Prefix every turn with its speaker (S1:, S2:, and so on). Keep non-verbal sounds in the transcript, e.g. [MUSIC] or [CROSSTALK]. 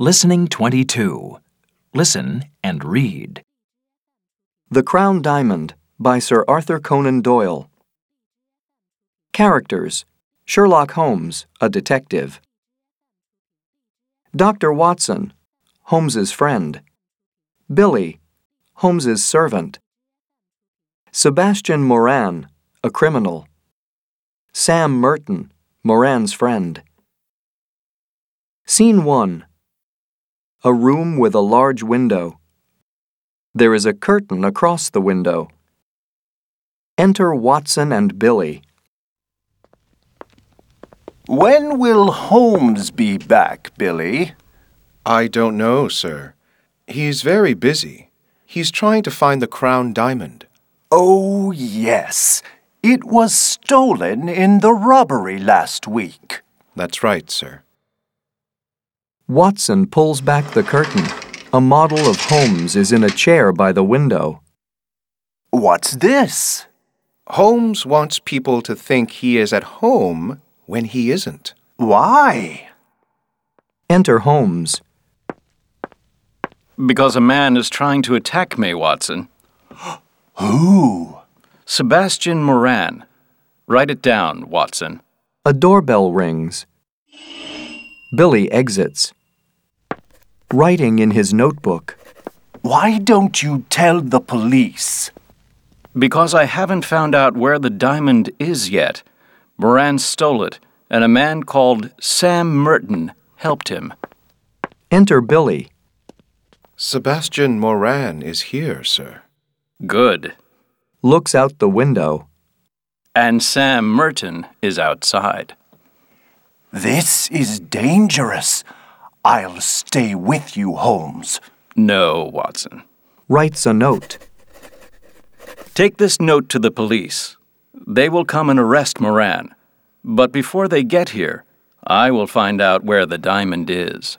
S1: Listening 22. Listen and read.
S2: The Crown Diamond by Sir Arthur Conan Doyle. Characters Sherlock Holmes, a detective. Dr. Watson, Holmes's friend. Billy, Holmes's servant. Sebastian Moran, a criminal. Sam Merton, Moran's friend. Scene 1 A room with a large window. There is a curtain across the window. Enter Watson and Billy.
S3: When will Holmes be back, Billy?
S4: I don't know, sir. He's very busy. He's trying to find the crown diamond.
S3: Oh, yes. It was stolen in the robbery last week.
S4: That's right, sir.
S2: Watson pulls back the curtain. A model of Holmes is in a chair by the window.
S3: What's this?
S4: Holmes wants people to think he is at home when he isn't.
S3: Why?
S2: Enter Holmes.
S5: Because a man is trying to attack me, Watson.
S3: [GASPS] Who?
S5: Sebastian Moran. Write it down, Watson.
S2: A doorbell rings. Billy exits. Writing in his notebook,
S3: Why don't you tell the police?
S5: Because I haven't found out where the diamond is yet. Moran stole it, and a man called Sam Merton helped him.
S2: enter Billy.
S4: Sebastian Moran is here, sir.
S5: Good.
S2: Looks out the window.
S5: And Sam Merton is outside.
S3: This is dangerous. I'll stay with you, Holmes.
S5: No, Watson.
S2: Writes a note.
S5: Take this note to the police. They will come and arrest Moran. But before they get here, I will find out where the diamond is.